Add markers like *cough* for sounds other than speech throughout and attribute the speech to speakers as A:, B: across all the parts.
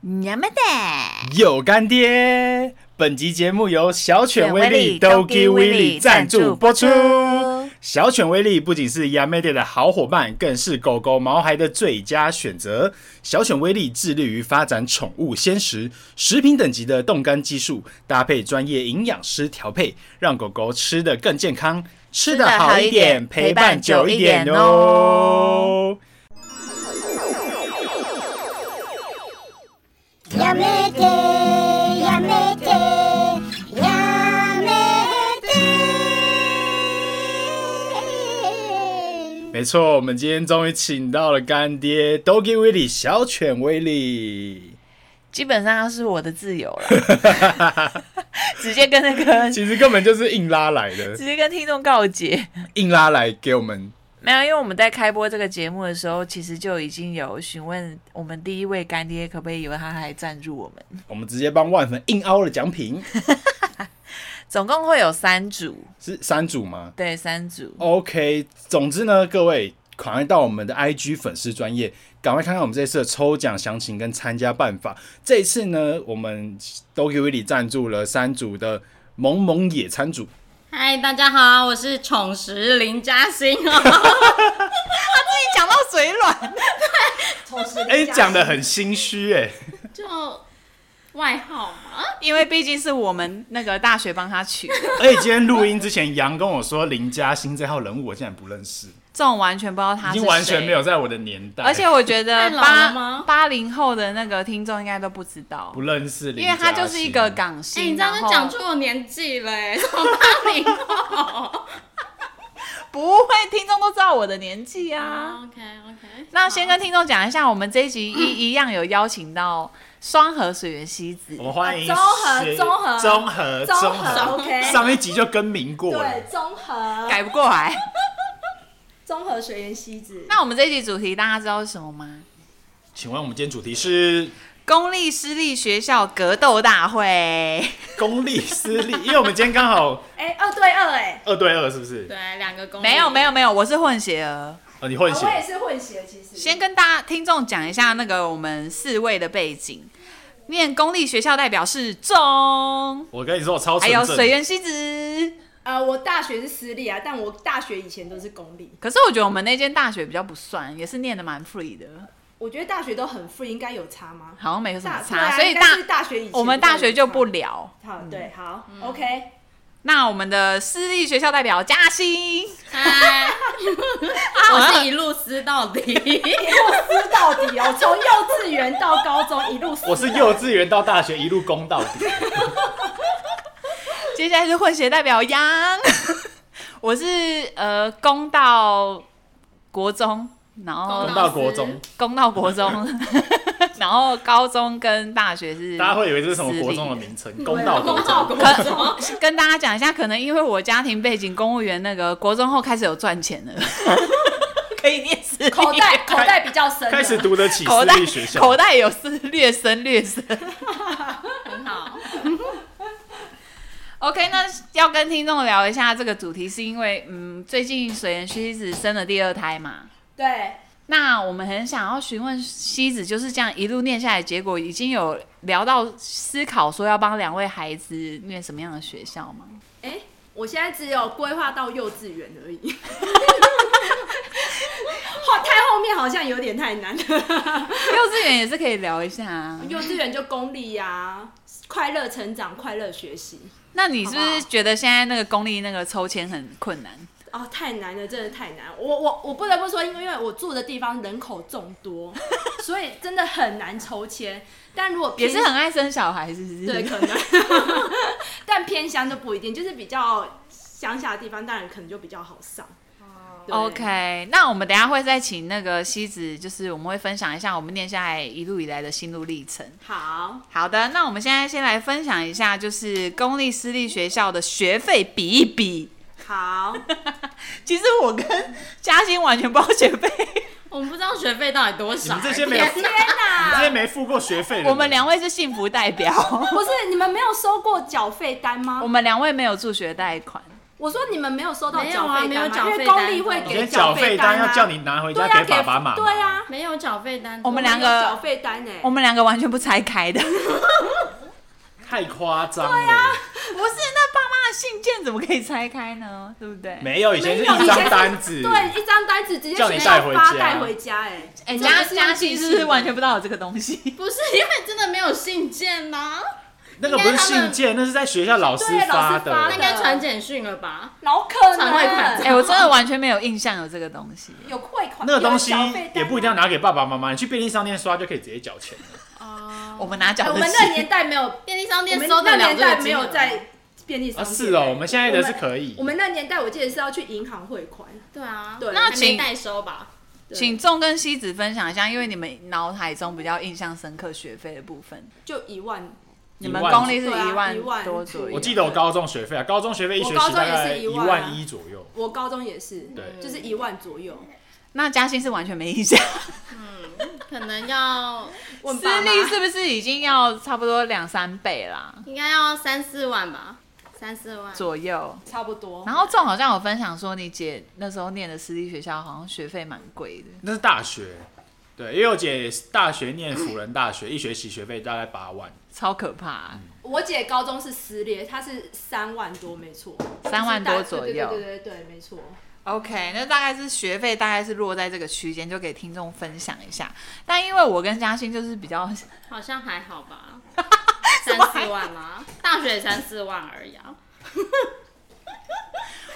A: 娘们的，
B: 有干爹！本集节目由小犬威力、
A: 都给
B: 威
A: 威
B: 力
A: 力
B: 赞
A: 赞
B: 助
A: 助
B: 播
A: 播
B: 出
A: 出。
B: 小犬威力不仅是亚妹店的好伙伴，更是狗狗毛孩的最佳选择。小犬威力致力于发展宠物鲜食、食品等级的冻干技术，搭配专业营养师调配，让狗狗吃得更健康，吃得
A: 得
B: 好
A: 好
B: 一
A: 一
B: 点，
A: 点
B: 陪
A: 陪
B: 伴
A: 伴
B: 久
A: 久
B: 一
A: 一
B: 点
A: 点
B: 哦
A: 哦。
C: やめてやめてやめて
B: 没错，我们今天终于请到了干爹 Doggy Willy 小犬威力。
A: 基本上他是我的自由了， *laughs* 直接跟那
B: *laughs*
A: 个
B: 其实根本就是硬拉来的 *laughs*
A: 直，接跟听众告解。
B: 硬拉来给我们。
A: 没有，因为我们在开播这个节目的时候，其实就已经有询问我们第一位干爹可不可以由他来赞助我们。
B: 我们直接帮万粉硬凹了奖品，
A: 总共会有三组，
B: 是三组吗
A: 对，三组。
B: ？OK，总之呢，各位赶快到我们的 IG 粉丝专业，赶快看看我们这次的抽奖详情跟参加办法。这一次呢，我们都给 Willy 赞助了三组的萌萌野餐组，
D: 嗨，大家好，我是宠食林嘉欣 *laughs* 哦。
A: 你讲到嘴软，
D: 宠食
B: 哎、讲的很心虚哎、
D: 就外号嘛，
A: 因为毕竟是我们那个大学帮他取的，
B: 而且今天录音之前，杨跟我说林嘉欣这号人物我竟然不认识，
A: 这种完全不知道他
B: 已
A: 是
B: 经完全
A: 谁
B: 没有在我的年代，
A: *laughs* 而且我觉得
D: 太老了
A: 八
D: 吗
A: 八零后的那个听众应该都不知道
B: 不，认识
A: 因
B: 林嘉
A: 为
B: 欣，
A: 他就是一个港
D: 哎、
A: 星。
D: 你这样就
A: 然后
D: 讲出我年纪了、哎，什么八 *laughs* 零后
A: 不会，听众都知道我的年纪
D: *laughs*
A: 啊。
D: ？OK OK，
A: *laughs* 那先跟听众讲一下，我们这一 *laughs* 集一一样有邀请到双河水源西子
B: 我，们欢迎
C: 啊
B: 谁
C: 综合
B: 综合
C: 综合
B: 合
C: OK
B: 上一集就更名过了
C: 对，，综合
A: 改不过来。 *laughs*
C: 综合学员西子，
A: 那我们这一集主题大家知道是什么吗？
B: 请问我们今天主题是
A: 公立私立学校格斗大会。 *laughs*
B: 公立私
C: *laughs*
B: 立，因为我们今天刚好
C: 哎、二对二、哎、
B: 二对二，是不是？
D: 对，两个公
A: 没有没
D: 有，
A: 有没有，我是混血儿。
B: 哦，你混血
C: 我，也是混血，其实
A: 先跟大家听众讲一下那个我们四位的背景，念公立学校代表是中，
B: 我跟你说，我超
A: 还
B: 纯
A: 有哎水
B: 正。
A: 源西子。
C: 呃，我大学是私立啊，但我大学以前都是公立，
A: 可是我觉得我们那间大学比较不算，也是念的蛮 free 的，
C: 我觉得大学都很富，应该有差吗？
A: 好像没有什么
C: 大
A: 嗯差，所
C: 对啊
A: 以
C: 应该是大学以前
A: 我们大学就不嗯
C: 都有
A: 聊。
C: 差好，对，好、o k
A: 那我们的私立学校代表嘉欣，
D: *laughs* 嗨，我是一路撕到 *laughs* 底。
C: 一路撕到底哦，从幼稚园到高中一路撕到底，
B: 我是幼稚园到大学一路攻
A: *laughs*
B: 到底，
A: 接下来是混血代表杨， *laughs* 我是呃公到国中，然后
B: 攻到国中，
A: 公到国中， *laughs* 然后高中跟大学是
B: 大家会以为这是什么国中的名称，攻到国
C: *laughs*
B: 中。
D: *laughs*
A: 可 *laughs* 跟大家讲一下，可能因为我家庭背景，公务员那个国中后开始有赚钱了， *laughs* 可以念私立
C: 口袋口袋比较深，
B: 开始读得起
A: 口
B: 私
A: 袋
B: 立学校，
A: 口袋有是略深略深。
D: 很好，
A: OK，那要跟听众聊一下这个主题，是因为嗯，最近水源西子生了第二胎嘛。
C: 对。
A: 那我们很想要询问西子，就是这样一路念下来，结果已经有聊到思考说要帮两位孩子念什么样的学校吗？
C: 哎、我现在只有规划到幼稚园而已。 *laughs* 后太后面好像有点太难了，
A: 幼稚园也是可以聊一下啊。
C: 幼稚园就公立呀、啊，快乐成长，快乐学习。
A: 那你是不
C: 好不
A: 是
C: 好
A: 觉得现在那个公立那个抽签很困难？
C: 哦，太难了，真的太难。我我我不得不说，因为因为我住的地方人口众多，所以真的很难抽签。但如果
A: 也
C: 偏
A: 是很爱生小孩，是不是？
C: 对，可能， *laughs* 但偏乡就不一定，就是比较乡下的地方，当然可能就比较好上。对
A: OK，那我们等一下会再请那个西子，就是我们会分享一下我们念下来一路以来的心路历程。
C: 好，
A: 好的，那我们现在先来分享一下，就是公立私立学校的学费比一比。 *laughs*
C: 好， *laughs*
A: 其实我跟嘉欣完全不知道学费，
D: 我们不知道学费到底多少、欸
B: 你们这些没有
D: 天哪
B: 你这些没付过学费的人，
A: 我们两位是幸 *laughs* 福代表，
C: 不是你们没有收过缴费单吗
A: 我？们两位没有助学贷款，
C: 我说你们没有收到
D: 没有
C: 缴
D: 啊
C: 费
D: 没有
C: 单吗？
D: 缴
C: 因为
D: 费
C: 公
D: 单
C: 立会
D: 你
B: 你
C: 给
B: 连缴
C: 费
B: 费单要
C: 啊
B: 叫你拿回
C: 对
B: 家
C: 啊，
B: 给爸爸妈妈。
C: 对呀、
D: 没有缴费单，
A: 我们两个
C: 有缴费单哎、
A: 我们两个完全不拆开的，不是
B: 太夸张了。
C: 啊
A: 那爸妈的信件怎么可以拆开呢？ *laughs* 对不对？
B: 没有，以前是
C: 没有
B: 一
C: 以前
B: 张
C: 是
B: 单子，
C: 对，一张单子直接
B: 叫你
C: 学校
B: 带回
C: 发
B: 家
C: 带回家哎、
A: 哎、
C: 这
A: 嘉
C: 不是
A: 嘉
C: 用
A: 庆
C: 寄
A: 是
C: 信
A: 不是
C: 的
A: 完全不知道有这个东西？
D: 不是因为真的没有信件吗？
B: 那个不是信件，那是在学校老师
C: 对老
B: 发
C: 师发
B: 的
D: 那
C: 的。
D: 应该传简讯了吧？
C: 老啊可能
D: 常会款
A: 哎、我真 *laughs* 的完全没有印象有这个东西。
C: 有汇款，
B: 那个东西
C: 有缴费单啊
B: 也不一定要。拿给爸爸妈妈，你去便利商店刷就可以直接缴钱了。啊
D: 哦，
A: 我们哪
C: 哎
A: 缴
C: 我
A: 得
C: 们那
A: 起？
C: 年代没有，
D: 便利商
C: 我
D: 店
C: 们
D: 收
C: 那
D: 得了
C: 年
D: 这个
C: 代
D: 金额
C: 没有在便利商
B: 啊，
C: 店、
B: 是哦，我们现在的是可以
C: 我。们那年代我记得是要去银行汇款，
D: 对啊，
C: 对
D: 那
A: 那
D: 还
A: 请
D: 没代收吧？
C: 对
A: 请仲跟西子分享一下，因为你们脑海中比较印象深刻学费的部分。
C: 就一万，
A: 你们
B: 一万
A: 公立是
C: 对啊
A: 一
C: 一
A: 万
C: 万
A: 多左右，
B: 我记得我高中学费啊，高中学费一学
C: 我高
B: 期
C: 中
B: 大
C: 也是啊
B: 概一
C: 1
B: 万一左右。
C: 我高中也是，
B: 对
C: 就是一万左右。
A: 那嘉欣是完全没印 *laughs* 象。
D: 可能要
C: 问
A: 私
C: 爸妈
A: 立是不是已经要差不多两三倍啦
D: 应该要三四万吧，三四万。
A: 左右？
C: 差不多，
A: 然后仲好像有分享说，你姐那时候念的私立学校好像学费蛮贵的，
B: 那是大学，对，因为我姐大学念辅仁大学，一学期学费大概八万，
A: 超可怕、
C: 我姐高中是私立，她是三万多，没错，
A: 三万多
C: 就是大
A: 左右
C: 对对对对对，没错。
A: OK，那大概是学费，大概是落在这个区间，就给听众分享一下。但因为我跟嘉欣就是比
D: *laughs*
A: 较，
D: 好像还好
C: *laughs*
D: 吧，三四万吗？大学也三四万而已啊。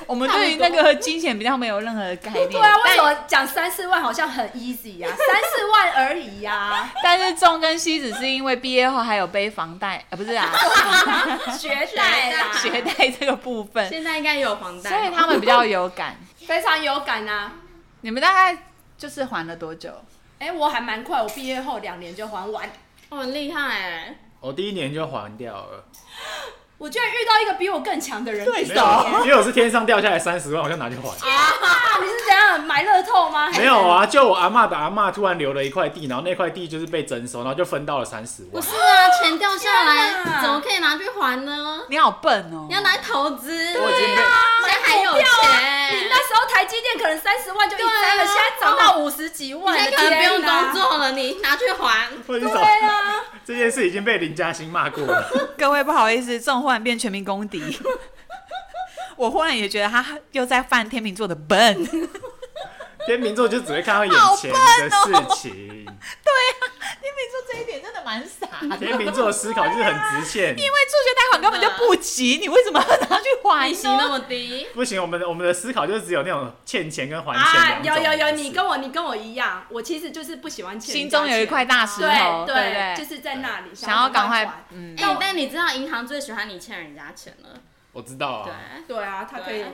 A: 我们对于那个金钱比较没有任何的概
D: *laughs*
A: 念。
C: 对啊，为什么讲三四万好像很 easy 呀、三四万而已啊呀、
A: 但是仲跟西子是因为毕业后还有背房贷，呃，不
D: *laughs*
A: 是啊，
C: 学
D: 贷啦
A: 学贷这个部分，
D: 啊现在应该也有房贷
A: 所
D: 吧，
A: 以他们比较有感。
C: 非常有感啊。
A: 你们大概就是还了多久？
C: 哎、我还蛮快，我毕业后两年就还完。
D: 哦很厉害哎。
B: 我第一年就还掉了。
C: 我居然遇到一个比我更强的人
A: 对手
B: 没有，因为我是天上掉下来三十万，我就拿去还。
C: 啊！你是怎样买乐透吗？
B: 没有啊，就我阿嬷的阿嬷突然留了一块地，然后那块地就是被征收，然后就分到了三十
D: 不
B: 万。
D: 是啊，钱掉下
C: 天哪
D: 来怎么可以拿去还呢？
A: 你好笨哦！
D: 你要拿来投资，
B: 我已经被
C: 啊
D: 现在还有钱，
C: 你那时候台积电可能三十万就一单
D: 对啊
C: 了，现在涨到五十几
D: 你
C: 万，
D: 现在可能不用
C: 天哪
D: 工。作了，你拿去还。
B: 我已经早
C: 对啊，
B: *laughs* 这件事已经被林嘉欣骂过了。
A: 各位不好意思，仲忽然变全民公敌， *laughs* 我忽然也觉得他又在犯天秤座的笨。 *laughs*
B: 天秤座就只会看到眼前的
C: 哦
B: 事情，
A: 天秤座这一点真的蛮傻的，因为助
B: 天秤座的思考就是很直线。
A: 学贷款根本就不急，你为什么要拿去还 *laughs*
D: 利息那
A: 呢？
D: 么低，
B: 不行，我们的我们的思考就只有那种欠钱跟还
C: 啊
B: 钱，
C: 有
B: 两种
C: 有有，
B: 方式
C: 你跟我你跟我一样，我其实就是不喜欢欠人
A: 心
C: 家钱，
A: 中有一块大石头，
C: 对
A: 对不
C: 就
A: 对？
C: 是在那里
A: 想要赶
C: 快
A: 快
C: 还，
A: 嗯，
D: 哎、但你知道银行最喜欢你欠人家钱了，
B: 我知道
D: 对，
A: 哦
B: 啊。
C: 对啊，他可以
D: 对，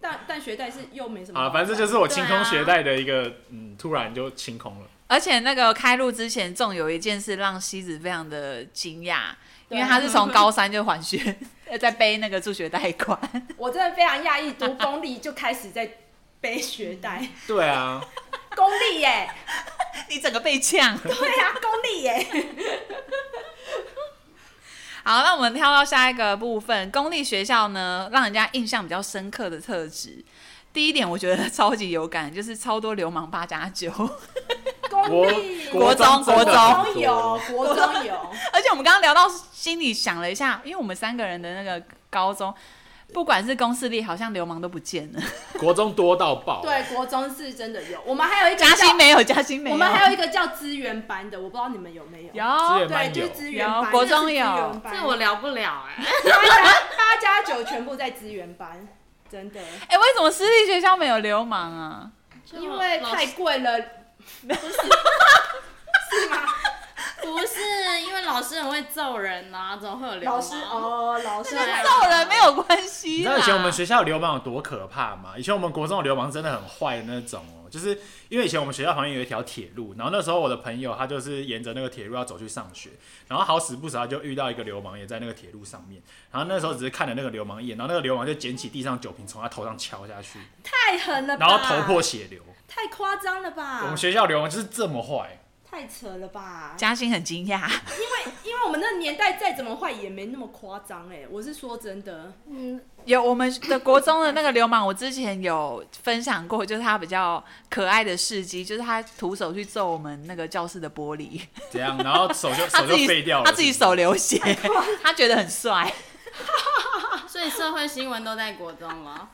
C: 但但学贷是又没什么
B: 啊，反正就是是我清空
C: 啊
B: 学贷的一个，嗯，突然就清空了。
A: 而且那个开录之前，仲有一件事让西子非常的惊讶，因
C: 对
A: 为他是从高三就还学， *laughs* 在背那个助学贷款。
C: 我真的非常讶异，读公立就开始在背学贷， *laughs*
B: 对啊，
C: 公
B: *laughs*
C: 立耶，
A: *laughs* 你整个被呛。
C: 对啊，公立耶，
A: 好，那我们跳到下一个部分，公立学校呢，让人家印象比较深刻的特质。第一点，我觉得超级有感，就是超多流氓八加九，
C: *laughs* 公
B: 国
C: 立
A: 国中
B: 真
A: 国
B: 的
A: 中
B: 很
C: 中
B: 多
C: 有，国中有，
A: *laughs* 而且我们刚刚聊到，心里想了一下，因为我们三个人的那个高中，不管是公私立，好像流氓都不见
E: *laughs*
A: 了。
B: *laughs* 国中多到爆。欸
C: 对，国中是真的有。我们还有一个
A: 嘉
C: 叫
A: 欣没有，嘉欣没有，
C: 我们还有一个叫资源班的，我不知道你们有没有。
B: 资
A: 有
B: 源
C: 对，
B: 班
C: 就
B: 有
C: 是资源班，
A: 有国中
C: 就是资
A: 有
C: 源班
D: 这我聊不了哎、
C: 八加八加九全部在资源班，真的，
A: 哎、为什么私立学校没有流氓啊？
C: 因为
D: 老
C: 太
D: 师
C: 贵了，不是是吗？
D: 不是因为老师很会揍人呐、怎么会有流氓？
C: 老师哦，老师
D: 对啊
A: 揍人没有关
B: 你
A: 系
B: 知
A: 啦。
B: 道以前我们学校流氓有多可怕吗？以前我们国中的流氓真的很坏的那种哦，就是因为以前我们学校旁边有一条铁路，然后那时候我的朋友他就是沿着那个铁路要走去上学，然后好死不死他就遇到一个流氓也在那个铁路上面，然后那时候只是看了那个流氓一眼，然后那个流氓就捡起地上酒瓶从他头上敲下
A: *laughs*
B: 去，
C: 太狠
A: 啊
C: 了吧，
B: 然后头破血流。
C: 太夸张了吧，
B: 我们学校流氓就是这么坏，
C: 太扯了吧，
A: 嘉欣很惊讶，
C: 因为因为我们那个年代再怎么坏也没那么夸张哎，我是说真的，
A: 有我们的国中的那个流氓，我之前有分享过，就是他比较可爱的事迹，就是他徒手去揍我们那个教室的玻璃，
E: 怎样？然后手就
A: *laughs* 他
E: 手
A: 自
E: 就
A: 己
E: 废掉了，
A: 他自己
E: 是不
A: 手流血，他觉得很帅。
D: 所以社会新闻都在国中
C: *laughs*
D: 了。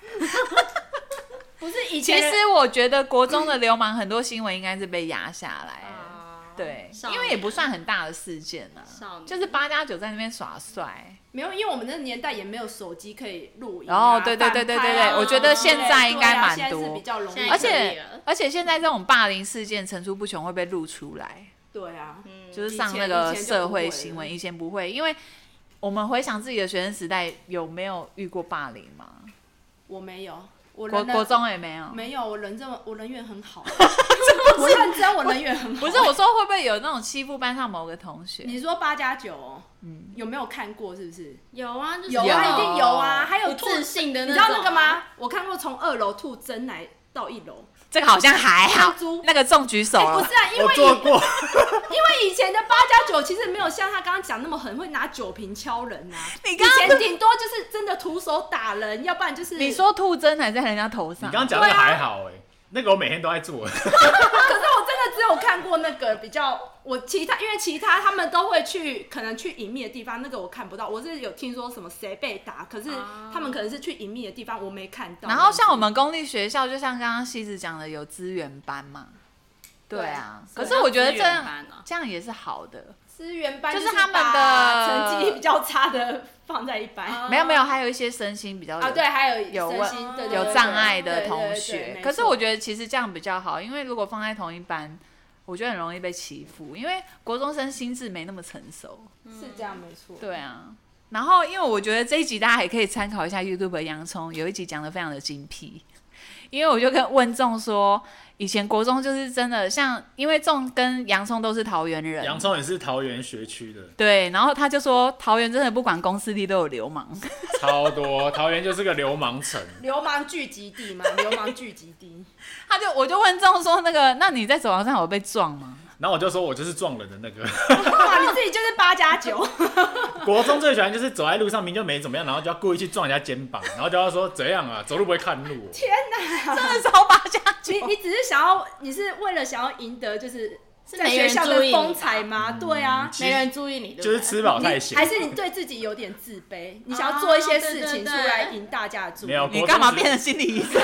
C: 不是以
A: 其
C: 前
A: 实我觉得国中的流氓很多新闻应该是被压下来了，
D: 啊，
A: 对，
D: 少
A: 因为
D: 年
A: 也不算很大的事件呢、
D: 少年
A: 就是八加九在那边耍帅。
C: 没有，因为我们那个年代也没有手机可以录影、啊。啊
A: 然后哦对对对对对对我觉得
D: 现
A: 在应该蛮
C: 对啊现在是
A: 多
C: 比较容易
D: 现，在
A: 而
D: 可以
A: 且
D: 了
A: 而且现在这种霸凌事件层出不穷，会被露出来，
C: 对啊，
D: 嗯
A: 就是
C: 以
A: 上那
C: 前
A: 个
C: 以前就
A: 社
C: 不
A: 会
C: 会
A: 新
C: 了
A: 闻。以前不会，因为我们回想自己的学生时代，有没有遇过霸凌吗？
C: 我没有，我
A: 国
C: 人
A: 国中啊也没有。
C: 没有，我人这么我人缘
A: *laughs*
C: 很好，我认真，我人缘很好。
A: 不是我说，会不会有那种欺负班上某个同学？
C: *laughs* 你说八加九，嗯，有没有看过？是不是？
D: 有啊，就是
C: 有
A: 有
C: 啊，一定有啊。还有
D: 不
C: 兔，
D: 自信的
C: 你
D: 那
C: 知
D: 种啊
C: 道那个
A: 哦
C: 吗？我看过从二楼吐真奶到一楼，
A: 这个好像还好
C: 猪猪，
A: 那个中举手
C: 哎，不
A: 了
C: 是。啊，因
E: 是我
C: 为
E: 做
A: *laughs*
C: 以
E: 过，
C: 因为以前的八加九其实没有像他刚刚讲那么狠，会拿酒瓶敲人啊。
A: 你刚
C: 以
A: 刚
C: 前顶多就是真的徒手打人，要不然就是
A: 你。说吐真还在人家头
E: 你
A: 上，
E: 刚刚讲那个还好哎、
B: 欸
E: 那个我每天都在做，
C: *laughs* 可是我真的只有看过那个比较，我其他因为其他他们都会去可能去隐秘的地方，那个我看不到。我是有听说什么谁被打，可是
D: 啊
C: 他们可能是去隐秘的地方，我没看到。
A: 然后像我们公立学校，就像刚刚西子讲的，有资源班嘛。对啊，可
D: 对
A: 是我觉得
D: 资
A: 这
D: 源
A: 样
D: 班啊
A: 这样也是好的。
C: 资源班
A: 就是
C: 是
A: 他们
C: 把
A: 的
C: 成绩比较差的放在一班
D: 啊
A: 没有没有，还有一些身心比较
C: 嗯啊，对，还有
A: 有
C: 身心
D: 问
C: 对对
A: 有
C: 对
A: 障碍的
C: 对对
A: 同
C: 对
A: 学
C: 没。
A: 可是
C: 错
A: 我觉得其实这样比较好，因为如果放在同一班，我觉得很容易被欺负，因为国中生心智没那么成熟。
C: 是这样没错。
A: 对啊。然后，因为我觉得这一集大家也可以参考一下 YouTube 洋葱，有一集讲的非常的精辟。因为我就跟问仲说，以前国中就是真的像，因为仲跟洋葱都是桃园人，
E: 洋葱也是桃园学区的，
A: 对，然后他就说桃园真的不管公司地都有流氓，
E: 超多，桃园就是个流氓城。
C: 流氓聚集地嘛， *laughs* 流氓聚集地。
A: 他就我就问仲说那个，那你在走廊上有被撞吗？
E: 然后我就说我就是撞人的那个。 *laughs*
C: 哇，你自己就是八加九，
E: 国中最喜欢就是走在路上，明明就没怎么样，然后就要故意去撞人家肩膀，然后就要说怎样啊，走路不会看路哦、
A: 真的超八加
C: 你
A: 九，
C: 你只是想要，你是为了想要赢得就是在
D: 没
C: 学
D: 人
C: 校
D: 注意
C: 的
D: 你
C: 风
D: 吧
C: 采吗？对啊，
E: 其
D: 没
E: 实
D: 人注意你，对不
E: 就
D: 对
E: 是吃饱
C: 你
E: 太
B: 嗯
E: 闲
C: 还。是你对自己有点自卑，你想要做一些事情
D: 哦对对对
C: 出来赢大家的注意。
E: 没有
A: 你干嘛变成心理医
E: *laughs*
A: 生？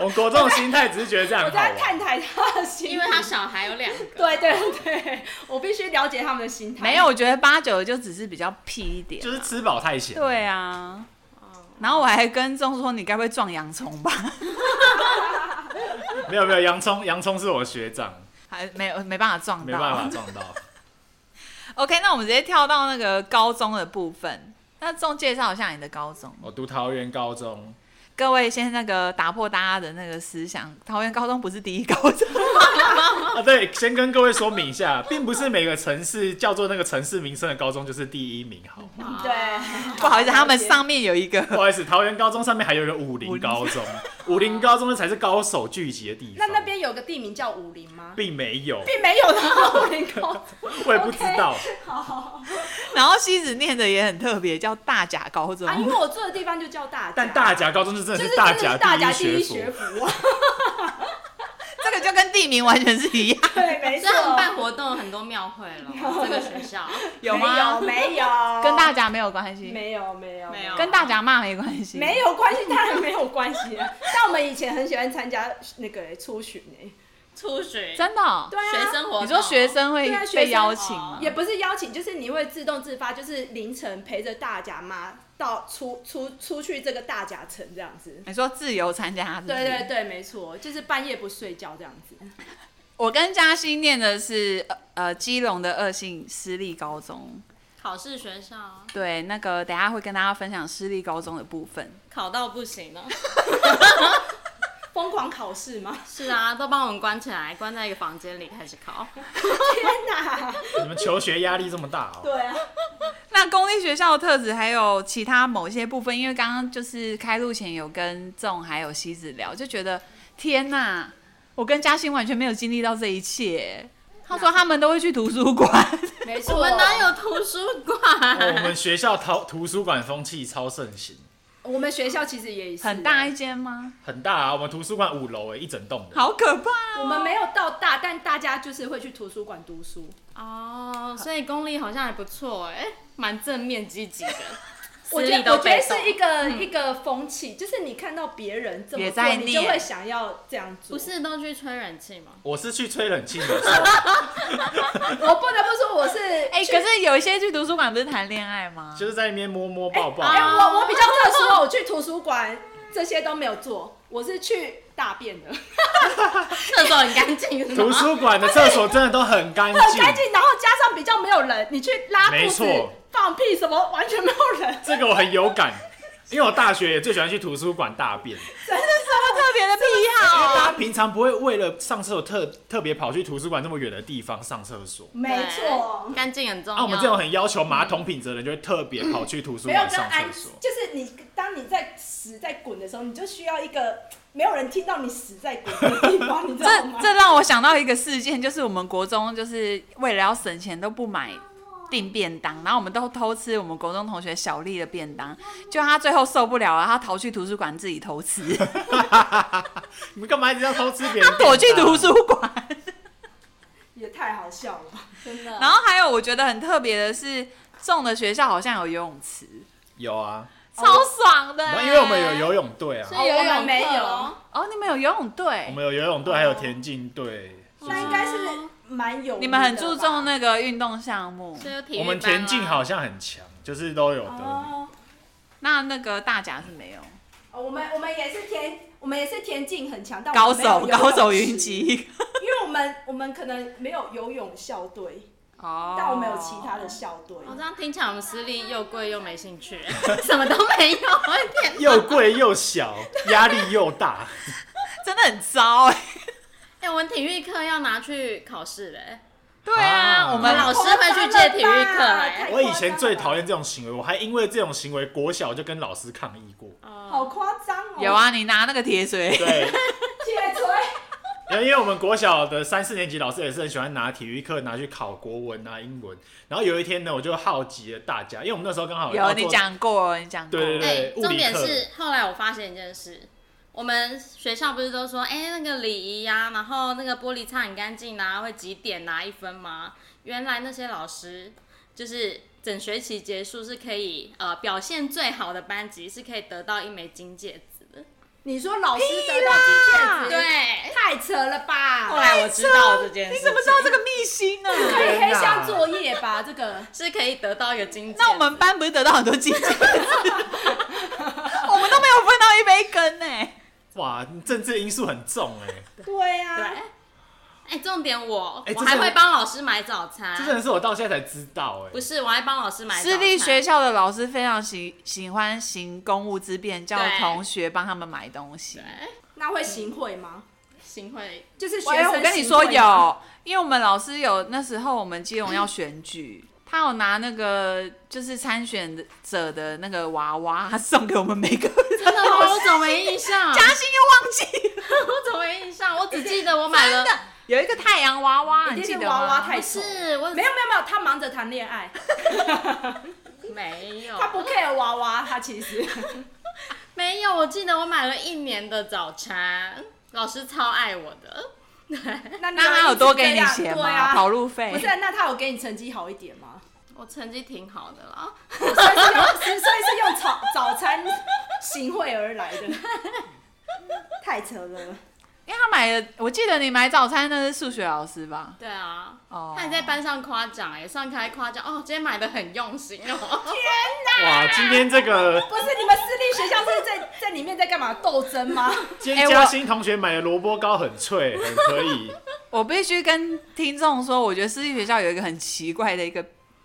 E: 我们国中的心态只是觉得这样
C: 我
E: 好
C: 在
E: 玩。
C: 看啊台他的心理，
D: 因为他小孩有两个，
C: 对对对，我必须了解他们的心态。
A: 没有，，我觉得八九就只是比较屁一点啊，
E: 就是吃饱太闲。
A: 对啊。然后我还跟仲说，你该不会撞洋葱吧？
E: 没有没有，洋葱洋葱是我学长，
A: 还没有没办法撞到，
E: 没办法撞到。
A: OK，那我们直接跳到那个高中的部分。那仲介绍一下你的高中，
E: 我读桃园高中，
A: 各位先那个打破大家的那个思想，桃园高中不是第一高中，
E: 啊，对，先跟各位说明一下，并不是每个城市叫做那个城市名称的高中就是第一名，好吗？
C: 对，
A: 不好意思，他们上面有一
E: 不
A: 个，
E: 好意思，桃园高中上面还有一个武林高中，武林高中才是高手聚集的地
C: 那
E: 方。
B: *laughs*
C: 那边有个地名叫武林吗？
E: 并没有，
C: 并没有的，武林高中。
E: 我也不知道。
A: 然后西子念的也很特别，叫大甲高中
C: *laughs* 啊，。因为我住的地方就叫大甲，
E: 但大甲高中是真的
C: 就是真
E: 大
C: 的
E: 甲
C: 是大甲第
E: 一
C: 一
E: 学
C: 学
E: 府，
C: 府啊，
A: 这个就跟地名完全是一样，
C: *laughs* 对，没
D: 所以他们办活动很多庙会了，这个学
C: *laughs*
D: 校
A: 有吗？
C: 没有，
A: 跟大甲没有关系，
C: 没有没有
D: 没有
A: 跟大甲骂没关系，
C: 没有关系，当然没有关系啊。像我们以前很喜欢参加那个初巡诶，
D: 出学
A: 真的哦、
C: 对啊，
D: 学生活动，
A: 你说学生会
C: 对啊学生
A: 被邀请吗？
C: 也不是邀请，就是你会自动自发，就是凌晨陪着大甲妈到出出出去这个大甲城这样子。
A: 你说自由参加是不是？
C: 对对对，没错，就是半夜不睡觉这样子。
A: 我跟嘉欣念的是呃呃基隆的二信私立高中，
D: 考试学校啊
A: 对，那个等一下会跟大家分享私立高中的部分。
D: 考到不行了，
C: 疯狂考
A: *laughs*
C: 试吗？
D: *laughs* 是啊，都帮我们关起来，关在一个房间里开始考。
C: 天哪！
E: 你们求学压力这么
C: *laughs*
E: 大哦。
C: 对啊，
A: 那公立学校的特质还有其他某些部分，因为刚刚就是开录前有跟仲还有西子聊，就觉得天哪，我跟嘉欣完全没有经历到这一切。他说他们都会去图书馆，
C: 没啊错，
D: *laughs* 我们哪有图书
B: 哦我
D: 馆？
B: 们学校图图书馆风气超盛行，
C: 我们学校其实也是啊
A: 很大一间吗？
B: 很大啊。我们图书馆五楼诶，一整栋
C: *laughs*
B: 的。
A: 好可怕哦！
C: 我们没有到大，但大家就是会去图书馆读书。
D: *laughs* 哦，所以功力好像还不错哎，蛮正面积极的。
C: 我
D: 私
C: 觉
D: 立
C: 得
D: 都
C: 我觉得
D: 被
C: 是
D: 动
C: 一个、一个风气，就是你看到别人这
A: 嗯
C: 么
A: 也
C: 做
A: 在，
C: 你就
A: 念
C: 会想要这样做。
D: 不，是都去吹冷气吗？
B: 我是去吹冷气的时候， *laughs*
C: 我哦不得不说我是
A: *laughs* 哎、
C: 哎
A: 可是有一些去图书馆不是谈恋爱吗？
B: 就是在那边摸摸抱抱。
C: 哎、我我比较特
A: *laughs*
C: 殊，我去图书馆这些都没有做，我是去大便的，
D: 厕所很干净是吗
B: 图书馆的厕所真的都很干
C: *laughs* 很
B: 净，
C: 干净，然后加上比较没有人，你去拉
B: 没
C: 肚子
B: 错、
C: 放屁什么，完全没有人。
B: 这个我很有感，因为我大学也最喜欢去图书馆大便。
A: 特别的癖
B: 大
A: 好。
B: 家平常不会为了上厕所特特别跑去图书馆这么远的地方上厕所。
C: 没错
D: 对，干净很重
B: 那、哦
D: 要。
B: 我们这种很要求马桶品质的人，就会特别跑去图书
C: 没有哎
B: 馆上
C: 跟安，
B: 厕所。
C: 就是你当你在屎在滚的时候，你就需要一个没有人听到你屎在滚的地方，你知道吗
A: 这？这让我想到一个事件，就是我们国中就是为了要省钱都不买订便当，然后我们都偷吃我们国中同学小丽的便当，就他最后受不了了，他逃去图书馆自己偷
C: *laughs*
A: 吃，
B: 你们干嘛一直要偷吃别人？
A: 他躲去图。书馆。
C: 也太好笑了吧，真的。
A: *laughs* 然后还有我觉得很特别的是，中的学校好像有游泳池，
B: 有啊，
C: 哦
A: 超爽的、
B: 因为我们有游泳队啊，
D: 哎所以游
C: 哦我
D: 泳
C: 们
D: 课
C: 没有
D: 咯
A: 哦，你们有游泳
B: 我
A: 队，
B: 们有游泳队，还有田径队。就是
C: 那应该是蛮有名的吧，
A: 你们很注重那个运动项目。
D: 所以有体育
B: 我们
D: 班啊
B: 田径
D: 咯
B: 好像很强，就是都有的。
C: 哦。
A: 那那个大甲是没有
C: 哦我们我们也是田，我们也是田径很强，但
A: 高
C: 我们没有
A: 手
C: 游泳
A: *laughs* 高手
C: 池
A: 云，集。
C: *laughs* 因为我们我们可能没有游泳校队，
A: 哦
C: 但我们有其他的校队。
D: 我这样听起来，我们私立又贵又没兴
B: *laughs*
D: 趣，什么都没有，一点。
B: 又贵又小，压力又大。
A: 真的很糟哎、
D: 哎、我们体育课要拿去考试嘞、
A: 对啊，
B: 啊
A: 我
D: 我们
A: 们
D: 老师会去借体育课哎、
C: 太
B: 我以前最讨厌这种行为，我还因为这种行为国小就跟老师抗议过。
D: 哦，
C: 好夸张哦！
A: *laughs* 有，啊，你拿那个铁 *laughs* 锤，
B: 对，啊
C: 铁锤，
B: 然后 *laughs* 因为我们国小的三四年级老师也是很喜欢拿体育课拿去考国文啊、英文。然后有一天呢，我就好奇了大家，因为我们那时候刚好
A: 有
B: 要
A: 你
B: 做，
A: 讲过，你讲过，
B: 对对
D: 哎、
B: 物理
D: 重点
B: 课
D: 是后来我发现一件事，我们学校不是都说，哎、那个礼仪呀，然后那个玻璃擦很干净啊，会几点拿一分吗？原来那些老师就是整学期结束是可以，呃，表现最好的班级是可以得到一枚金戒指的。
C: 你说老师得到金戒指，
D: 对，
C: 太扯了
D: 啊后
C: 吧？
D: 哎来我知道这件事，
A: 哎你怎么知道这个秘辛
D: *laughs*
A: 呢、
C: 可以黑箱作业吧？这个
D: 是可以得到一个金戒指？
A: 那我们班不是得到很多金戒指，
D: *laughs*
A: 我们都没有分到一杯羹呢、
B: 哇，政治因素很重哎、
C: 对
D: 对，
C: 啊，
D: 哎、重点我、
B: 哎
D: 我
B: 这
D: 还
B: 是
D: 会帮老师买早
B: 这真
D: 餐，
B: 的是我到现在才知道哎、
D: 啊不是我还帮老师买早
A: 私
D: 餐
A: 立学校的老师非常喜喜欢行公务之便，叫
D: 对
A: 同学帮他们买东西。
D: 对
C: 那会行贿吗？
D: 行贿
C: 就是学
A: 哎，
C: 生，
A: 我跟你说，有，因为我们老师有那时候我们基隆要选
D: *laughs*
A: 举，他有拿那个就是参选者的那个娃娃他送给我们每个人，
D: 真的吗？我怎么没印象？
A: 嘉欣又忘记
D: 我怎么没印象？我只记得我买了，
A: *laughs* 有一个太阳娃娃，
C: 一
A: 你记
C: 定
A: 得
C: 是
A: 吗？
C: 娃娃太
D: 不
C: 丑。
D: 是我
C: 没有没有没有，他忙着谈恋爱，
D: 没有
C: 他不 care 娃娃，他其实
D: 没有，我记得我买了一年的早餐，老师超爱我的。 *laughs*
A: 那
C: 那
A: 他有多给你
C: 啊一直
A: 钱
C: 这
A: 吗？哎
C: 样对
A: 跑
C: 啊，
A: 路
C: 不
A: 费
C: 是，那他有给你成绩好一点吗？ *laughs*
D: 我成绩挺好的啦，
C: 所以是用，所以是用早早餐行贿而来的，太扯了。
A: 因为他买的，我记得你买早餐那是数学老师吧？
D: 对啊，
A: 哦，
D: 他也在班上夸奖哎，上课还夸奖哦，今天买的很用心
C: *laughs*
D: 哦，
B: 哇，今天这个
C: 不是你们私立学校是在在里面在干嘛斗争吗？
B: 今
A: 哎
B: 天
A: 我
B: 嘉欣同学买的萝卜糕很脆，很可以。
A: 我必须跟听众说，我觉得私立学校有一个很奇怪的一个，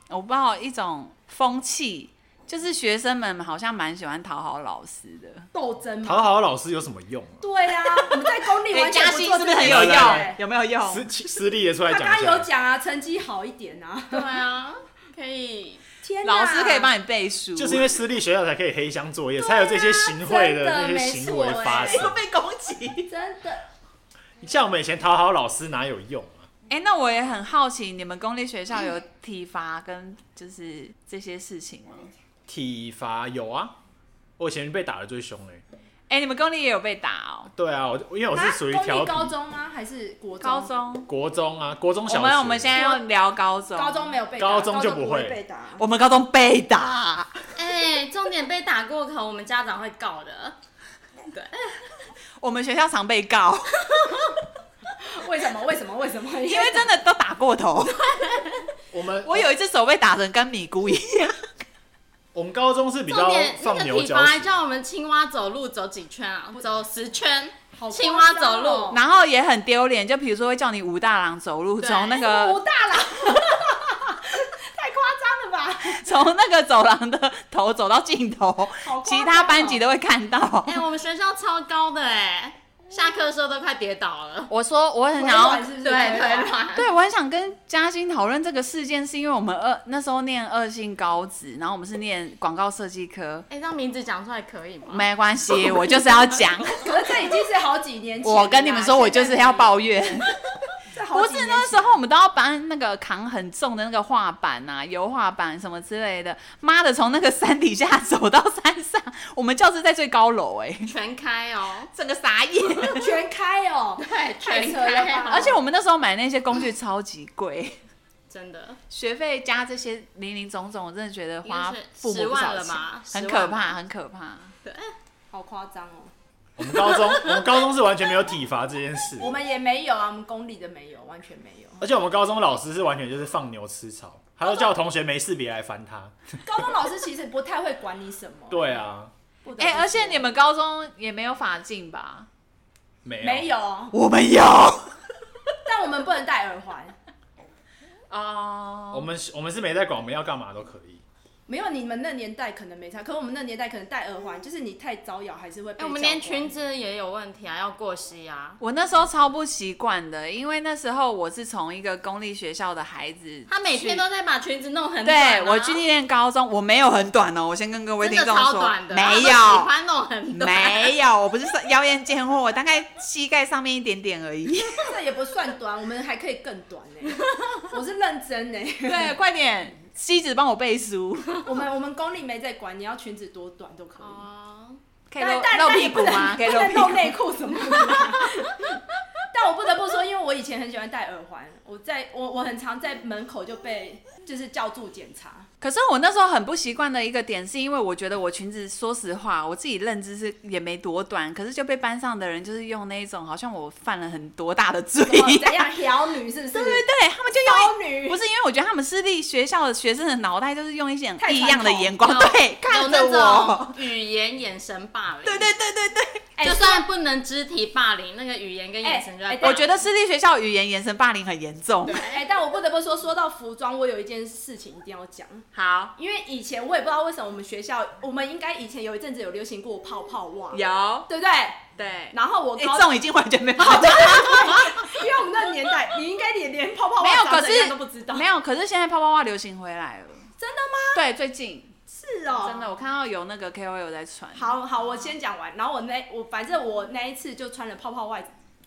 A: 我不知道一种风气，就是学生们好像蛮喜欢讨好老师的。
C: 斗争吗？
B: 讨好老师有什么用啊？
C: 对呀、啊，我们在公立
A: 哎，
C: 完全
A: 嘉
C: 不哎
A: 欣
C: 做
A: 是
C: 这
A: 不
C: 个欸
A: 是很有
B: 来
A: 用
B: 来 *laughs* 来？
A: 有没有用？
B: 私私立也出来
C: 他
B: 讲
C: 刚刚
B: 一下
C: 有。讲啊，成绩好一点啊。
D: 对啊，可以
C: 天哪，
A: 老师可以帮你背书，
B: 就是因
C: *laughs*
B: 为私立学校才可以黑箱作业，才有这些行贿的那些行为
A: 欸
B: 发生。
A: 被攻击。
C: 真的
B: 像我们以前讨好老师哪有用啊？
A: 哎、哎、那我也很好奇，你们公立学校有体罚跟就是这些事情吗？
B: 体罚有啊，我以前被打的最凶哎、
A: 哎、你们公立也有被打哦？
B: 对啊，我因为我是属于
C: 公
B: 调
C: 立
B: 皮
C: 高中吗？还是国
A: 高中，
B: 国中啊，国中小
A: 我
B: 学。
A: 们我们现在要聊高中，
C: 高中没有被打，
B: 高中就
C: 不
B: 不会
C: 被打。
A: 我们高中被打，
D: 哎、重点被打过头，我们家长会告的。
A: 我们学校常被告，
C: 为什么？为什么？为什么？
A: *laughs* 因为真的都打过头。
B: 我
A: *laughs*
B: 们
A: 我有一只手被打成跟米姑一样，
B: 我们高中是比
D: 重
B: 较
D: 点那
B: 放
D: 个
B: 牛
D: 体
B: 角
D: 罚还
B: 屎，
D: 叫我们青蛙走路走几圈啊？走十圈，
C: 好夸张哦
D: 青蛙走路。
A: 然后也很丢脸。就比如说会叫你武大郎走路，
D: 对
A: 从那
C: 吴
A: 个
C: 大郎，太夸张了吧？
A: 从那个走廊的头走到尽头，
C: 好夸张哦
A: 其他班级都会看到
D: 哎、。我们学校超高的哎、下课的时候都快跌倒了。
A: 我说我很
C: 腿
A: 想要
C: 软是不是？
D: 对，腿软。
A: 对，我很想跟嘉欣讨论这个事件，是因为我们二那时候念二性高职，然后我们是念广告设计科，
D: 哎、让名字讲出来可以吗？
A: 没关系，我就是要 *laughs* 讲。
C: 可是这已经是好几年前了啦。
A: 我跟你们说，我就是要抱怨。
C: 现在
A: 不
C: 不
A: 是那时候我们都要搬那个扛很重的那个画板啊、油画板什么之类的。妈的，从那个山底下走到山上，我们教室在最高楼哎、
D: 全开哦。
A: 整个傻眼。
C: 候全开哦，
D: 对，
C: 太
D: 全
C: 扯了
D: 开哦。
C: 吧
A: *laughs* 而且我们那时候买那些工具超级贵，
D: 真的
A: 学费加这些零零总总，我真的觉得花
D: 应该是
A: 父母
D: 10
A: 不
D: 万
A: 少
D: 了
A: 钱
D: 吧，
A: 很
D: 10
A: 可
D: 万
A: 怕，
D: 吧
A: 很可怕。
C: 好夸张哦。
B: 我们高中 *laughs* 我们高中是完全没有体罚这件事，
C: *laughs* 我们也没有啊，我们公立的没有，完全没有。
B: 而且我们高中老师是完全就是放牛吃草，还要叫同学没事别来烦他。
C: 高中老师其实不太会管你什么。
B: 对啊，
C: 不得不
A: 哎、
C: 说，
A: 而且你们高中也没有法镜吧？
B: 没啊有
C: 没有，
A: 我们有
C: 但我们不能戴耳环。
A: 哦
B: 我们我们是没在管，我们要干嘛都可以。
C: 没有，你们那年代可能没差，可我们那年代可能戴耳环，就是你太招摇还是会
D: 哎、
C: 被、
D: 我们连裙，子也有问题啊，要过膝啊。
A: 我那时候超不习惯的，因为那时候我是从一个公立学校的孩子，
D: 他每天
A: 去
D: 都在把裙子弄很短、啊。
A: 对我去念高中，我没有很短哦，我先跟各位
D: 真
A: 听
D: 的
A: 众
D: 超
A: 说
D: 短，的，他
A: 没
D: 都喜
A: 有，
D: 欢弄很短。
A: 没有，我不是妖艳贱货，我大概膝盖上面一点点而
D: *laughs*
A: 已。
C: 这也不算短，我们还可以更短呢、我是认真呢、
A: 对，快点，西子帮我背书，
C: 我们我们公立没在管，你要裙子多短都可以。
D: 哦，
A: 可以
C: 但
A: 露
C: 但
A: 露
C: 但
A: 屁
C: 也不
A: 股吗？
C: 能
A: 可以
C: 不
A: 露
C: 能
A: 屁
C: 露
A: 股。
C: 内裤什么的。 *laughs* 但我不得不说，因为我以前很喜欢戴耳环，我在我我很常在门口就被就是叫住检查。
A: 可是我那时候很不习惯的一个点，是因为我觉得我裙子，说实话，我自己认知是也没多短，可是就被班上的人就是用那一种好像我犯了很多大的罪
C: 哦
A: 一 *laughs*
C: 怎
A: 样。
C: 样撩女是不
A: 对对
C: 是？
A: 对，他们就用
C: 骚女
A: 一不是因为我觉得他们私立学校的学生的脑袋就是用一些
C: 太
A: 异
C: 传
A: 样的
C: 统 *laughs*
A: 眼光
D: 有
A: 对
D: 有
A: 看着
D: 那
A: 我，
D: 种语言眼神霸凌。
A: 对对对对对。
C: 哎
D: 就算不能肢体霸凌，那个语言跟眼神就在
C: 哎
D: 霸凌。
C: 哎
A: 我觉得私立学校语言延伸霸凌很严重。
C: 哎、但我不得不说，说到服装，我有一件事情一定要讲，
D: 好，
C: 因为以前我也不知道为什么我们学校，我们应该以前有一阵子有流行过泡泡袜，
A: 有
C: 对不对？
A: 对，
C: 然后我
A: 哎、
C: 高，
A: 这种已经完全没
C: 哦
A: 办法。
C: 因为我们那个年代，你应该连连泡
A: *laughs*
C: 泡
A: 没
C: 袜
A: 有，
C: 长
A: 可
C: 怎样
A: 是
C: 都不知道，
A: 没有，可是现在泡泡袜流行回来了。
C: 真的吗？
A: 对，最近
C: 是哦，
A: 真的，我看到有那个 KOL 在穿。
C: 好好，我先讲完。然后我那我反正我那一次就穿了泡泡袜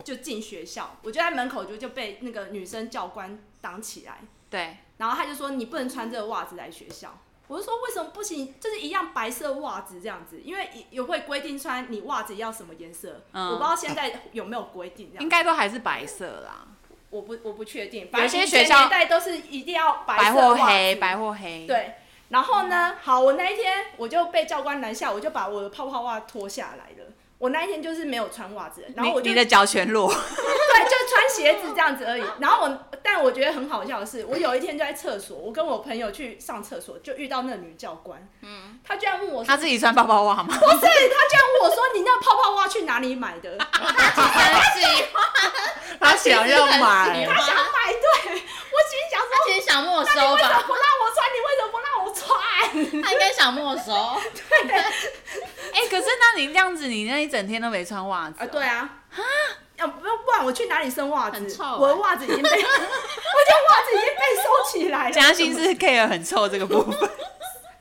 C: 就进学校，我就在门口就就被那个女生教官挡起来，
A: 对，
C: 然后他就说你不能穿这个袜子来学校。我就说为什么不行？就是一样白色袜子这样子，因为也也会规定穿你袜子要什么颜色，
A: 嗯
C: 我不知道现在有没有规定这
A: 应
C: 样。
A: 该都还是白色啦，
C: 我不我不确定，
A: 有些
C: 反正以
A: 学
C: 前
A: 校
C: 年代都是一定要
A: 白
C: 白色
A: 或
C: 袜
A: 黑，
C: 子
A: 白或黑。，
C: 对，然后呢，好，我那一天我就被教官拦下，我就把我的泡泡袜脱下来了。我那一天就是没有穿袜子，然后我
A: 你
C: 就
A: 你的脚全
C: *laughs*
A: 裸。
C: 对，就穿鞋子这样子而已。然后我，但我觉得很好笑的是，我有一天就在厕所，我跟我朋友去上厕所，就遇到那女教官，嗯，她居然问我说，
A: 他自己穿泡泡袜吗？
C: 不是，她居然问我说，你那泡泡袜去哪里买
A: *laughs*
C: 的？
D: 很喜欢，
B: 他想要
D: 很喜
B: 买，
C: 她想
D: 欢，
C: 买，对我心里想说，
D: 他其实想没
C: 那你
D: 收
C: 为什么
D: 吧，
C: 不让我穿？你为什么不让我穿？ *laughs*
D: 他应该想没收。
A: 哎、可是那你这样子，你那一整天都没穿袜
D: 哦
A: 子、
C: 啊，对。啊，啊，不不然我去哪里生袜子？
D: 很臭欸
C: 我的袜子已经被，我 *laughs* 的袜子已经被收起来了。
A: 嘉欣是 care 很臭这个部
C: *laughs*
A: 分。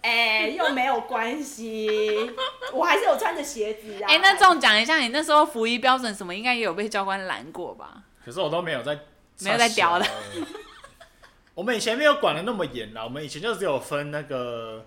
C: 哎、又没有关系，
D: *laughs*
C: 我还是有穿着鞋子啊。
A: 哎、那这种讲一下，你那时候服役标准什么，应该也有被教官拦过吧？
B: 可是我都没有在
A: 没有在屌了
B: 差小了。 *laughs* 我们以前没有管的那么严啦，我们以前就只有分那个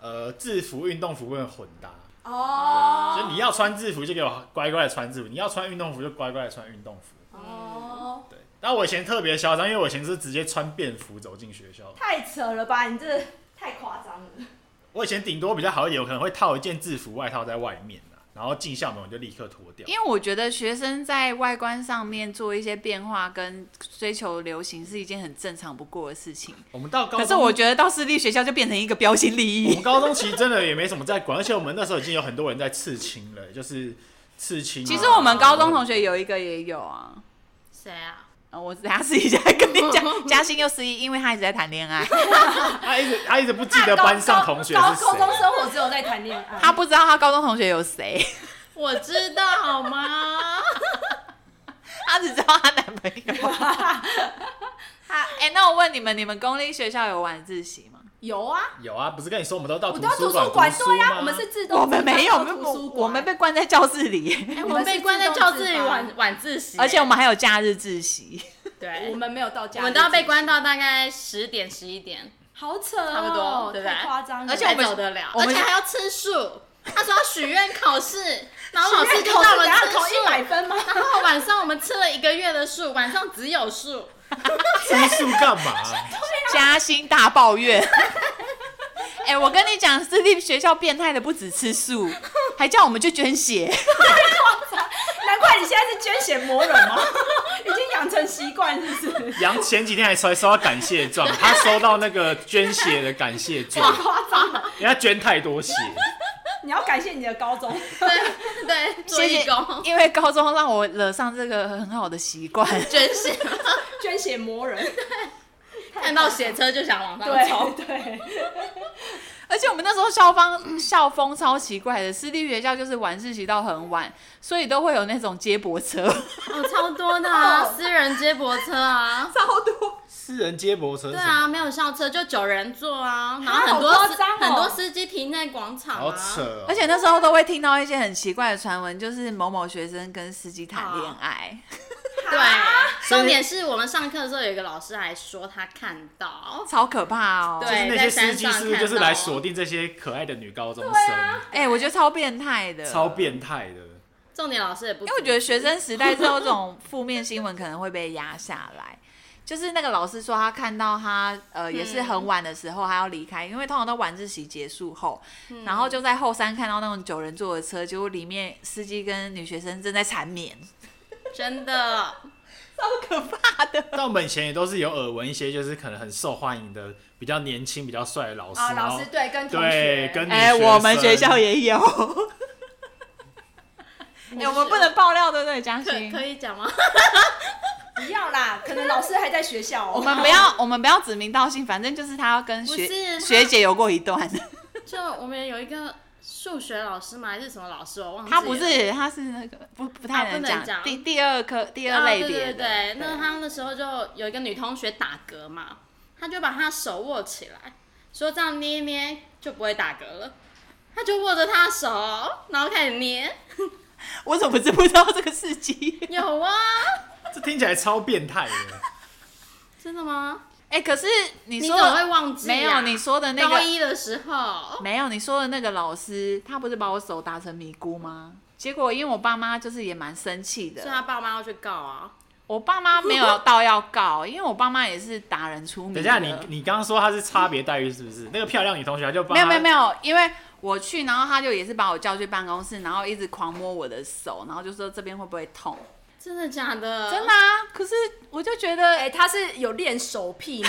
B: 呃制服、运动服跟混搭，就
C: 哦，
B: 是你要穿制服就给我乖乖的穿制服，你要穿运动服就乖乖的穿运动服。
C: 哦，
B: 对，但我以前特别嚣张，因为我以前是直接穿便服走进学校。
C: 太扯了吧，你这太夸张
B: *laughs*
C: 了。
B: 我以前顶多比较好一点，我可能会套一件制服外套在外面啊然后进校门我就立刻脱掉。
A: 因为我觉得学生在外观上面做一些变化跟追求流行是一件很正常不过的事情。
B: 我们到
A: 可
B: 高中，
A: 是我觉得到私立学校就变成一个标新立
B: *laughs* 我
A: 异
B: 们。高中其实真的也没什么在管，而且我们那时候已经有很多人在刺青了，就是刺青啊。
A: 其实我们高中同学有一个也有啊，
D: 谁啊？
A: 呃我等下私底下跟你 *laughs* 讲，嘉欣又失忆，因为她一直在谈恋爱，
B: *laughs* 他一直他一直不记得班上同学是
C: 高
B: 谁
C: 高，中生活只有在谈恋爱。
A: 她不知道她高中同学有谁，
D: 我知道好吗？
A: 她只知道她男朋友。 *laughs* 她哎、那我问你们，你们公立学校有晚自习吗？
C: 有啊，
B: 有啊，不是跟你说我们都到
C: 我
B: 图
C: 到图
B: 馆
C: 书馆
B: 读吗
C: 对呀，我
B: *laughs*
C: 们是自动
A: 我们没有，我
C: 自
A: 们
C: 发到图书
A: 不
C: 馆
A: 我们被关在教室里，
D: 哎，
C: 你
D: 我
C: 们
D: 们被
C: 是
D: 关
C: 自
D: 在
C: 动
D: 教
C: 自
D: 室里
C: 发
D: 晚晚自习，
A: 而且我们还有假日自习。
D: 对
C: 我，们没有到家，
D: 我们都要被关，到大概十点十一点，
C: 好扯哦，
D: 差不多对不对
C: 太夸张了，
A: 而且我
D: 才
B: 哎
A: 们
D: 走得了，
A: 我
D: 而
A: 们
D: 且还要吃素。他说要许愿考试，然后老师就
C: 考
D: 让我们
C: 要
D: 吃
C: 考一百
D: 素，
C: 分吗？
D: 然后晚上我们吃了一个月的素，晚上只有素。
B: 吃素干嘛？
C: *laughs*
A: 嘉欣大抱怨。 *laughs* 哎、我跟你讲，私立学校变态的不止吃素，还叫我们去捐血。
C: 难怪你现在是捐血魔人吗？ *laughs* 已经养成习惯是不是？
B: 杨前几天还收收到感谢
C: *laughs*
B: 状，他收到那个捐血的感谢状，
C: 夸张了！
B: 人家捐太多
C: *laughs*
B: 血，
C: 你要感谢你的高中， *laughs*
D: 对对，做
A: 谢谢
D: 义工，
A: 因为高中让我惹上这个很好的习
D: *laughs*
A: 惯。
D: 捐血，
C: 捐血魔人，
D: 看到血车就想往上
C: 对
D: 冲。
B: 哦
C: 对，
A: 而且我们那时候校方校风超奇怪的，私立学校就是晚自习到很晚，所以都会有那种接驳
D: *laughs*
A: 车，
D: 哦，超多的啊，
C: 哦
D: 私人接驳车啊，
A: 超多。
B: 私人接驳车是
D: 对
B: 什么
D: 啊，没有校车就九人座啊，然
C: 啊
D: 后很多
C: 好夸
D: 司
C: 张哦
D: 很多司机停在广场
B: 好
D: 啊，
B: 扯哦，
A: 而且那时候都会听到一些很奇怪的传闻，就是某某学生跟司机谈恋爱。
D: 对，重点是我们上课的时候有一个老师还说他看到，
A: 超可怕哦！
D: 对
B: 那些司机是不是就是来锁定这些可爱的女高中
C: 啊
B: 生，
A: 哎、我觉得超变态的，
B: 超变态的？
D: 重点老师也不，
A: 因为我觉得学生时代之后，这种负面新闻可能会被压下来。就是那个老师说，他看到他呃也是很晚的时候，他要离开，因为通常都晚自习结束后，然后就在后山看到那种九人座的车，结果里面司机跟女学生正在缠绵，
D: 真的
A: 超可怕的。
B: 但我们以前也都是有耳闻一些，就是可能很受欢迎的、比较年轻、比较帅的老师，
C: 啊，
B: 然
C: 老
B: 后
C: 师对跟同
B: 对
C: 学，
B: 跟女
A: 哎、
B: 生
A: 我们学校也 *laughs* 有。哎、我们不能爆料，对不对，嘉
D: 可
A: 欣？
D: 可以讲吗？ *laughs*
C: 不要啦，可能老师还在学校哦。
A: 我们不要，我们不要指名道姓，反正就是他要跟
D: 不是
A: 学
D: 他
A: 学姐有过一段。
D: 就我们有一个数学老师嘛，还是什么老师，我忘记了。
A: 他不是，他是那个不不
D: 哦啊
A: 太
D: 不
A: 能
D: 能
A: 讲、
D: 讲
A: 第第二科第二
D: 啊
A: 类
D: 对
A: 别
D: 对对
A: 的、
D: 对，那他那时候就有一个女同学打嗝嘛，他就把她手握起来，说这样捏捏就不会打嗝了。他就握着她的手，然后开始捏，
A: 我怎么知不知道这个事迹？
D: *laughs* 有啊，
B: 这听起来超变态的。
C: *laughs*
D: 真的吗？
A: 哎、可是你
D: 你
A: 说
D: 怎么会
A: 的
D: 忘记、啊？
A: 没有？你说的那
D: 高
A: 个
D: 一的时候，
A: 没有？你说的那个老师，他不是把我手打成迷糊吗？结果因为我爸妈就是也蛮生气
D: *laughs* 所以他
A: 的，
D: 爸妈要去告啊。
A: 我爸妈没有到要告，因为我爸妈也是打人出名的。
B: 等一下，你你刚刚说她是差别待遇是不是？那个漂亮女同学她就帮
A: 没有没有
B: 她
A: 没有，因为我去，然后他就也是把我叫去办公室，然后一直狂摸我的手，然后就说这边会不会痛？
D: 真的假的？
A: 真的啊，可是我就觉得
C: 哎，他是有练手癖 *laughs* 吗？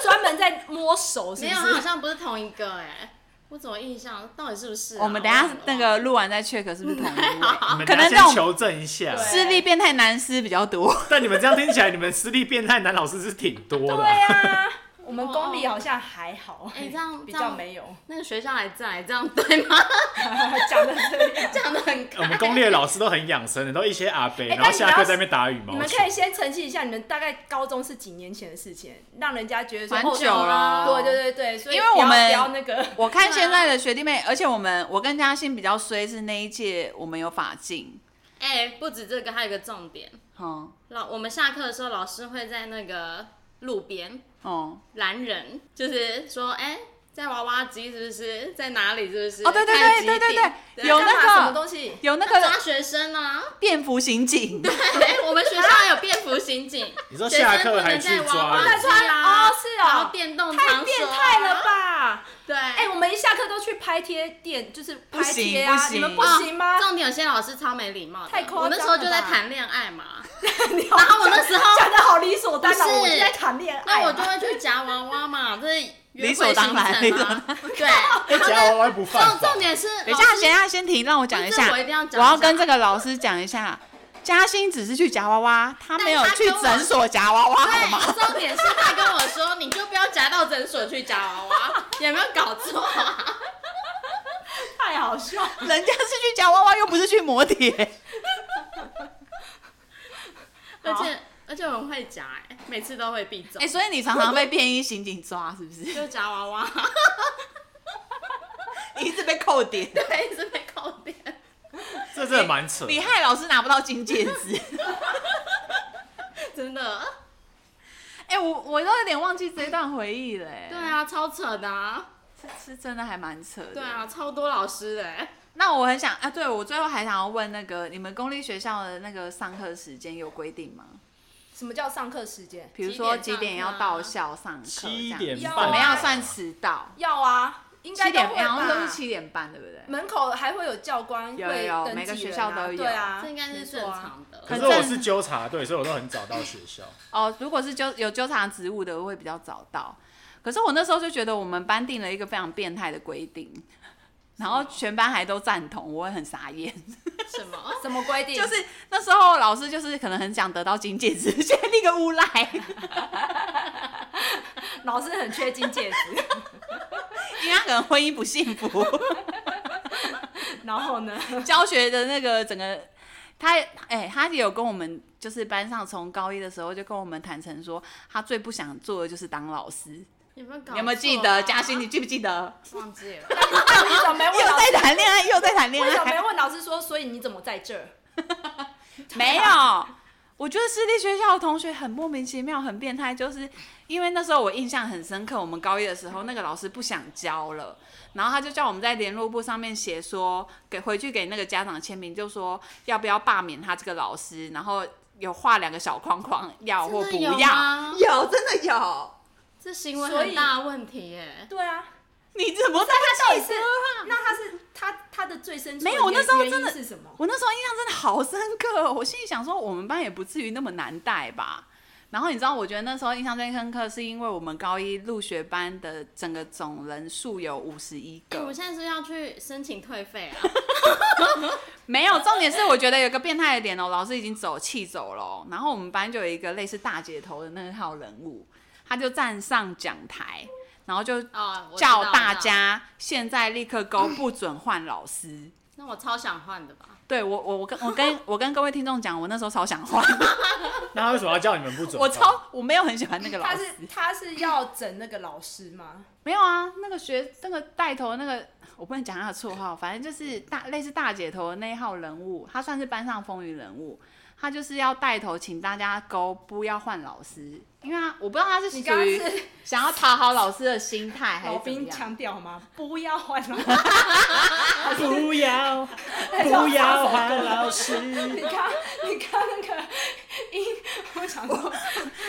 C: 专门在摸手是
D: 没
C: 不
D: 有，他好
C: 是？
D: 像不是同一个哎、我怎么印象？到底是不是啊、
A: 我们等一下
D: 忘了
A: 那个录完再 check 是不是同一
D: *laughs*
B: 你
A: 位？
B: 们
A: 啊可
B: 等下
A: 能这
B: 先
A: 种
B: 求证一下。
C: 对
A: 私立变态男师比较多。
D: 啊
B: 但你们这样听起来，你们私立变态男老师是挺多的
C: 对
B: 啊。
C: 啊，我们公立好像还好，
D: 哎这样
C: 比
D: 这
C: 较
D: 样
C: 没有，
D: 那个学校还在，这样对吗？
C: *laughs* 讲的这
B: *laughs*
C: 样。
D: 讲的很开
B: 我们
D: *laughs*
B: 公立的老师都很养生的，都一些阿伯，
C: 哎
B: 然后下
C: 但你
B: 课
C: 要
B: 在那边打羽毛
C: 你们
B: 球
C: 可。以先澄清一下，你们大概高中是几年前的事情，让人家觉得说
A: 蛮久
C: 哦
A: 了
C: 对对对对，所以
A: 因为我
C: 不要
A: 们
C: 不要那个，
A: 我看现在的学弟妹，而且我们我跟嘉欣比较衰，是那一届我们有法镜，
D: 哎、不止这个，还有一个重点，
A: 哦
D: 老我们下课的时候，老师会在那个路边
A: 哦
D: 拦人，就是说，哎、在娃娃机是不是？在哪里是不是？
A: 哦对对
D: 看几
A: 对对对
D: 点
A: 对有
C: 干嘛
A: 那个
C: 什么东西？
A: 有那
D: 他
A: 个
D: 抓学生 *laughs* 啊，
A: 便服刑
D: *laughs*
A: 警，
D: 对，哎我们学校有便服
A: *laughs*
D: 刑警，
B: 你说
D: 学生
B: 下
D: 不
B: 课还
D: 能
B: 去
D: 在
B: 抓
D: 娃娃
B: 人
D: 机
C: 在抓
D: 啊，
C: 哦是哦
D: 然后电动场所、
C: 太
D: 啊，
C: 变态了吧！
D: 对，
C: 哎、我们一下课都去拍贴店，就是
A: 不
C: 拍
A: 行
C: 贴
A: 不
C: 啊，
A: 行
C: 你们不
D: 哦
C: 行吗？
D: 重点有些老师超没礼貌的，
C: 太夸张了
D: 我那
C: 吧
D: 时候就在谈恋爱嘛，
C: 然
D: 然后我那时候
C: 讲的好理所当然，
D: 不是
C: 我就在谈恋爱嘛，啊
D: 那我就会去夹娃娃嘛，这是约
A: 理所
D: 会
A: 当
D: 行程
A: 然理所
D: 啊。
C: *laughs*
D: 对，
B: 哎夹娃娃不犯
D: 重
B: 法
D: 重。点是
A: 等一
D: 老
A: 下，
D: 师
A: 等一下，先停，让我讲一
D: 不
A: 下。
D: 是我一定要讲一下
A: 要跟这个老师讲一下，嘉欣只是去夹娃娃，她没有
D: 但她
A: 去
D: 跟我
A: 诊所夹娃娃，好吗？*laughs*
D: 哎对，重点是他跟我说，你就不要夹到诊所去夹娃娃，有没有搞错啊？
C: 太好笑了。
A: 人家是去夹娃娃，又不是去摩铁。
D: *laughs* 而且而且我们会夹，哎，每次都会必中
A: 哎、，所以你常常被便衣刑警抓，是不是？ *laughs*
D: 就夹娃娃，
A: 你一直被扣点，
D: 对，一直被扣点。
B: 这真的蛮扯。
A: 你害老师拿不到金戒指。
D: 真的，
A: *laughs* 哎、我我都有点忘记这段回忆了、哎
D: 对，啊，超扯的啊，
A: 是真的还蛮扯的。
D: 对啊，超多老师的欸，
A: 那我很想啊，对我最后还想要问那个，你们公立学校的那个上课时间有规定吗？
C: 什么叫上课时间？
A: 比如说
D: 几
A: 几
D: 点
A: 点
D: 上
A: 要
D: 课啊
A: 到校上课？这
B: 七
A: 样
B: 点
A: 子
B: 半
A: 怎么样
C: 要啊
A: 算迟到？
C: 要啊，应该
A: 七
C: 都
A: 点，
C: 会
A: 然后都
C: 吧
A: 是。七点半，对不对？
C: 门口还会有教官
A: 有
C: 会
A: 有
C: 登
A: 每个
C: 记
A: 学
C: 人
A: 校都
C: 啊对
A: 有
C: 啊，
D: 这应该是
C: 没错
D: 正
C: 啊。
D: 常的。
B: 可是我是纠察队，所以我都很早到学校。
A: 哦，如果是纠有纠察职务的，会比较早到。可是我那时候就觉得我们班定了一个非常变态的规定，然后全班还都赞同，我也很傻眼。
D: 什么？
A: *laughs*
C: 什么规定？
A: 就是那时候老师就是可能很想得到金戒指， *laughs* 先立个诬赖，
C: 老师很缺金戒指，
A: *laughs* 因为他可能婚姻不幸福，
C: 然
A: *laughs*
C: 后呢？
A: 教学的那个整个。他哎、他也有跟我们，就是班上从高一的时候就跟我们坦诚说，他最不想做的就是当老师。
D: 有没有搞错啊？
A: 你有没有记得嘉欣？你记不记得？
D: 忘记了。
C: 那你怎么没问
A: *laughs* 又
C: 老
A: 在
C: 师？
A: 谈恋爱，又在谈恋
C: 为什么没
A: 爱。
C: 问老师说？所以你怎么在这儿？
A: 没有，我觉得私立学校的同学很莫名其妙，很变态，就是因为那时候我印象很深刻，我们高一的时候那个老师不想教了，然后他就叫我们在联络簿上面写说，给回去给那个家长签名，就说要不要罢免他这个老师，然后有画两个小框框，要或不
D: 真的有
A: 要。
D: 吗？
A: 有，真的有。
D: 这行为
C: 所以
D: 很大的问题欸耶。
C: 对啊，
A: 你怎么在他
C: 他到
A: 底
C: 底
A: 是
C: 是？那他是他他的最深处的
A: 没有我那时候
C: 原因
A: 真的
C: 是什么？
A: 我那时候印象真的好深刻哦，我心里想说，我们班也不至于那么难带吧。然后你知道，我觉得那时候印象最深刻，是因为我们高一入学班的整个总人数有五十一
D: 哎，我
A: 个
D: 们，现在是要去申请退费
A: *laughs*
D: 啊？
A: 没有。重点是我觉得有个变态的点哦，老师已经走气走了哦、然后我们班就有一个类似大姐头的那号人物，他就站上讲台，然后就
D: 哦，我知
A: 叫
D: 道
A: 大。家现在立刻勾，不准换老师。
D: 我知道那我超想换的吧？
A: 对我，我我跟我跟我跟各位听众讲，我那时候超想换，
B: *laughs* 那他为什么要叫你们不
A: *laughs*
B: 准？
A: 我超我没有很喜欢那个老
C: 他
A: 师。
C: 是他是要整那个老师吗？
A: 没有啊，那个学那个带头那个，我不能讲他的绰号，反正就是大类似大姐头的那一号人物，他算是班上风云人物。他就是要带头，请大家勾，不要换老师，因为他我不知道他是
C: 你
A: 属
C: 刚
A: *laughs*
C: 刚
A: 于
C: 是
A: 想要讨好老师的心态，还
C: 老
A: 是怎
C: 兵
A: 么样？
C: 强调吗？不要换老师，
A: *laughs*
B: 不要 *laughs* 不要换老师，
C: *laughs* 你看你看那个音，我想说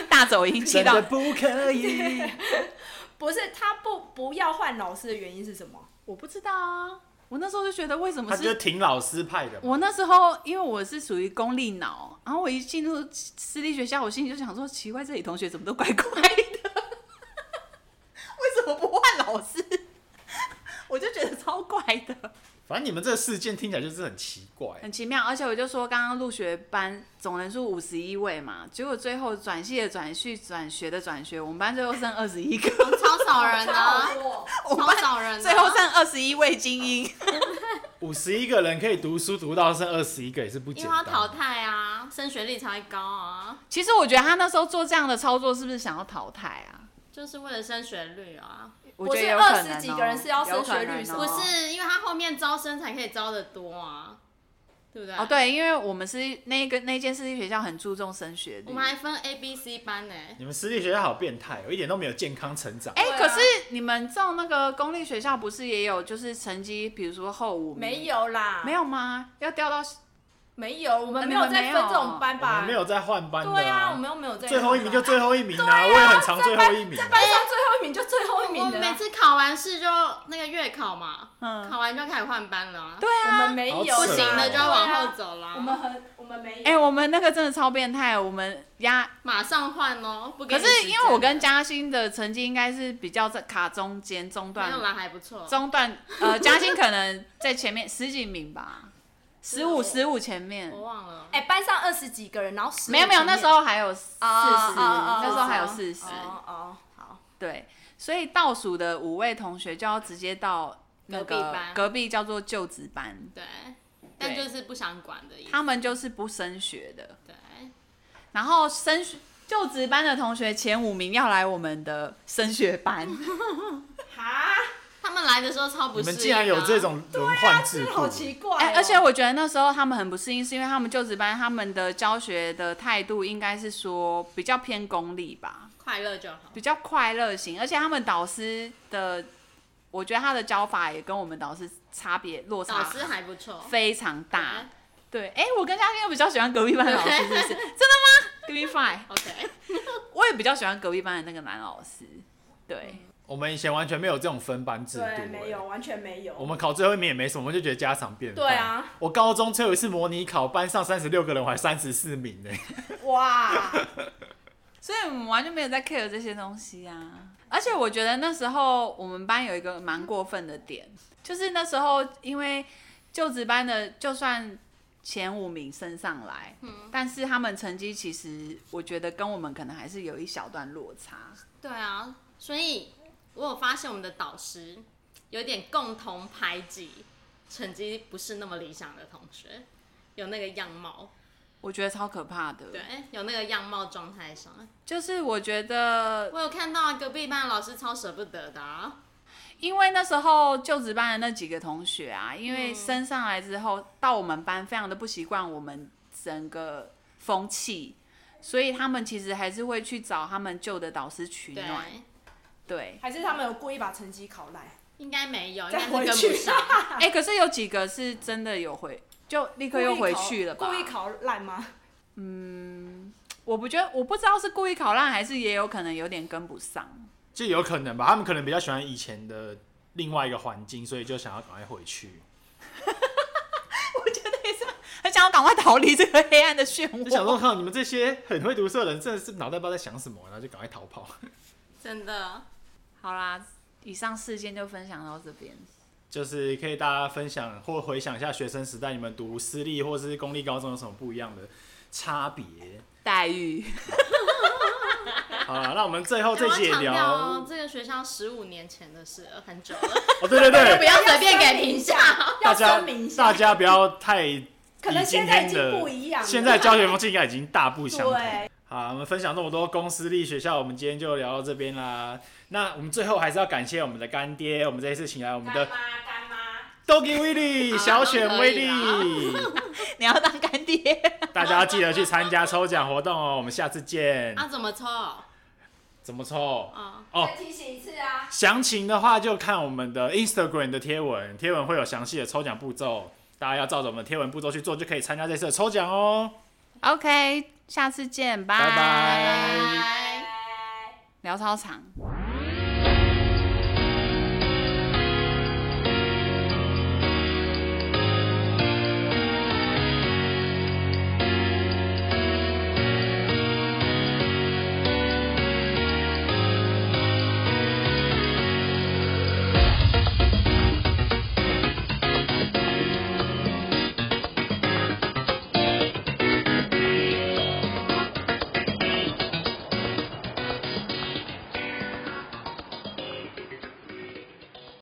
A: 大走音气
B: 真
A: 到
B: 的，不可
C: *laughs*
B: 以。
C: 不是他不不要换老师的原因是什么？
A: 我不知道啊。我那时候就觉得，为什么
B: 他就是
A: 是
B: 挺老师派的嘛，
A: 我那时候，因为我是属于公立脑，然后我一进入私立学校，我心里就想说，奇怪，这里同学怎么都怪怪的， *laughs* 为什么不换老师？我就觉得超怪的，
B: 反正你们这个事件听起来就是很奇怪。
A: 很奇妙。而且我就说，刚刚入学班总人数五十一位嘛，结果最后转系的转系，转学的转学，我们班最后剩二十一个，
D: *laughs* 超少人啊，
A: *laughs*
C: 多，
A: 我们
D: 超
A: 班
D: 少人啊。
A: 最后剩二十一位精英。 *laughs*
B: 五十一个人可以读书读到剩二十一个也是不
D: 因
B: 简
D: 为他
B: 单。
D: 淘汰啊，升学率才会高啊，
A: 其实我觉得他那时候做这样的操作，是不是想要淘汰啊？
D: 就是为了升学率啊。
A: 我觉得
C: 不是
A: 有可能、哦、
C: 20几个人是要升学率
A: 有可能
C: 是
A: 哦
C: 吗
D: 不是，因为他后面招生才可以招的多啊。对不对？
A: 哦，对，因为我们是那个那间私立学校很注重升学率
D: 我。们
C: 哎
D: 还分 A、B、C 班呢、
B: 你们私立学校好变态哦，一点都没有健康成长。
A: 哎、
C: 对啊
A: 可是你们中那个公立学校不是也有，就是成绩，比如说后五名
C: 没有啦，
A: 没
C: 有
A: 有吗？要掉到
C: 没有，我们没有
A: 你们没
C: 在
A: 有
C: 分这种班
B: 我
C: 吧？
B: 们没有在换班的、
C: 对啊，我们又没有在
B: 最后一名就最后一名
C: 对
B: 啊，
C: 啊
B: 我也很常最后一名啊
C: 这。班上最后一名就最后一
D: 我
C: 名的
D: 们
C: 啊、
D: 每次考完试就那个月考嘛，
A: 嗯
D: 考完就开始换班了啊，
A: 对
C: 我
A: 啊
C: 们，没有
B: 好
C: 啦，
B: 扯
D: 不行的就要往后
C: 对啊。
D: 走啦，
C: 我们很我们没有，
A: 哎、我们那个真的超变态，我们压。
D: 马上换哦。不给
A: 可
D: 你时
A: 是
D: 间
A: 因为我跟嘉欣的成绩应该是比较在卡中间中
D: 没
A: 段，
D: 有啦，还不错，
A: 中段呃嘉欣可能在前面十几名吧，十
D: 啊
A: 五十五前面，
D: 我忘了。
C: 哎、班上二十几个人，然后十
A: 没有没有，那时候还有四十，
C: 哦哦哦
A: 那时候还有四十，
C: 哦哦好，
A: 对，所以倒数的五位同学就要直接到那
D: 隔壁
A: 个
D: 班
A: 隔壁叫做就职班，
D: 对，但就是不想管的意思。
A: 他们就是不升学的，
D: 对，
A: 然后升学就职班的同学前五名要来我们的升学
C: *laughs*
A: 班，
C: 哈，
D: 他们来的时候超不
B: 你
D: 适应、啊。
B: 们竟然有这种轮换制
C: 这
B: 度
C: 好，奇怪、哦
A: 哎、而且我觉得那时候他们很不适应，是因为他们就职班他们的教学的态度应该是说比较偏功利吧，
D: 快乐就好。
A: 比较快乐型，而且他们导师的，我觉得他的教法也跟我们导师差别落差
D: 导师还嗯不错，
A: 非常大。对，哎、我跟嘉欣又比较喜欢隔壁班的老师，是不是？真的吗？隔壁 five，
D: OK，
A: 我也比较喜欢隔壁班的那个男老师。对，
B: 我们以前完全没有这种分班制度、
C: 对没有，
B: 哎。
C: 完全没有，
B: 我们考最后一名也没什么，我们就觉得家常便饭。
C: 对啊，
B: 我高中最后一次模拟考，班上三十六个人，我还三十四名呢、 *laughs*
C: 哇，
A: 所以我们完全没有在 care 这些东西啊。而且我觉得那时候我们班有一个蛮过分的点，就是那时候因为就职班的就算前五名升上来，但是他们成绩其实我觉得跟我们可能还是有一小段落差。
D: 对啊，所以我有发现我们的导师有点共同排挤成绩不是那么理想的同学，有那个样貌，
A: 我觉得超可怕的，
D: 对，有那个样貌状态上。
A: 就是我觉得
D: 我有看到隔壁班的老师超舍不得的、啊，
A: 因为那时候就职班的那几个同学啊，因为升上来之后、到我们班，非常的不习惯我们整个风气，所以他们其实还是会去找他们旧的导师取
D: 对，
A: 暖。 *laughs* 对，
C: 还是他们有故意把成绩考烂，
D: 应该没有，应
C: 再
D: 该是
C: 回
D: 跟
C: 去
D: 不上。
C: *laughs*
A: 哎、可是有几个是真的有回，就立刻又回去了吧？
C: 故意考烂吗？
A: 我不觉得，我不知道是故意考烂，还是也有可能有点跟不上。
B: 就有可能吧。他们可能比较喜欢以前的另外一个环境，所以就想要赶快回去，
A: 很想要赶快逃离这个黑暗的漩
B: 就想
A: 涡。
B: 说靠，你们这些很会读书的人，真的是脑袋不知道在想什么，然后就赶快逃跑。 *laughs*
D: 真的，
A: 好啦，以上事件就分享到这边。
B: 就是可以大家分享或回想一下学生时代你们读私立或是公立高中有什么不一样的差别。
A: 待遇，
B: 好了，那我们最后这
D: 我
B: 集也
D: 要强
B: 聊
D: 调哦
B: 哦，，
D: 这个学校十五年前的事了，很久了， *laughs*
B: 对对对
D: 不，要随便给评价。
B: 大
C: 要
B: 家
C: 声明一下，
B: 大家不要太以
C: 可能
B: 今
C: 现在
B: 天
C: 已经不
B: 的
C: 一样了，
B: 现在教学风气应该已经大不相同。
C: 对，
B: 好，我们分享那么多公私立学校，我们今天就聊到这边啦。那我们最后还是要感谢我们的干爹，我们这一次请来我们的
C: 妈干妈，
B: Doggy Willy
D: 好
B: 小犬
D: 都可
B: 威
D: 以
B: 力，
A: *laughs*
B: *laughs*
A: 你要当干爹。
B: 大家要记得去参加抽奖活动哦。我们下次见。
D: 啊，怎么抽？啊、
B: 怎么抽？
D: 哦，
B: 哦
C: 再提醒一次啊，
B: 详情的话就看我们的 Instagram 的贴文，贴文会有详细的抽奖步骤，大家要照着我们的贴文步骤去做，就可以参加这次的抽奖哦。
A: OK，下次见，拜
B: 拜拜
D: 拜。
C: 拜。
A: 聊操场。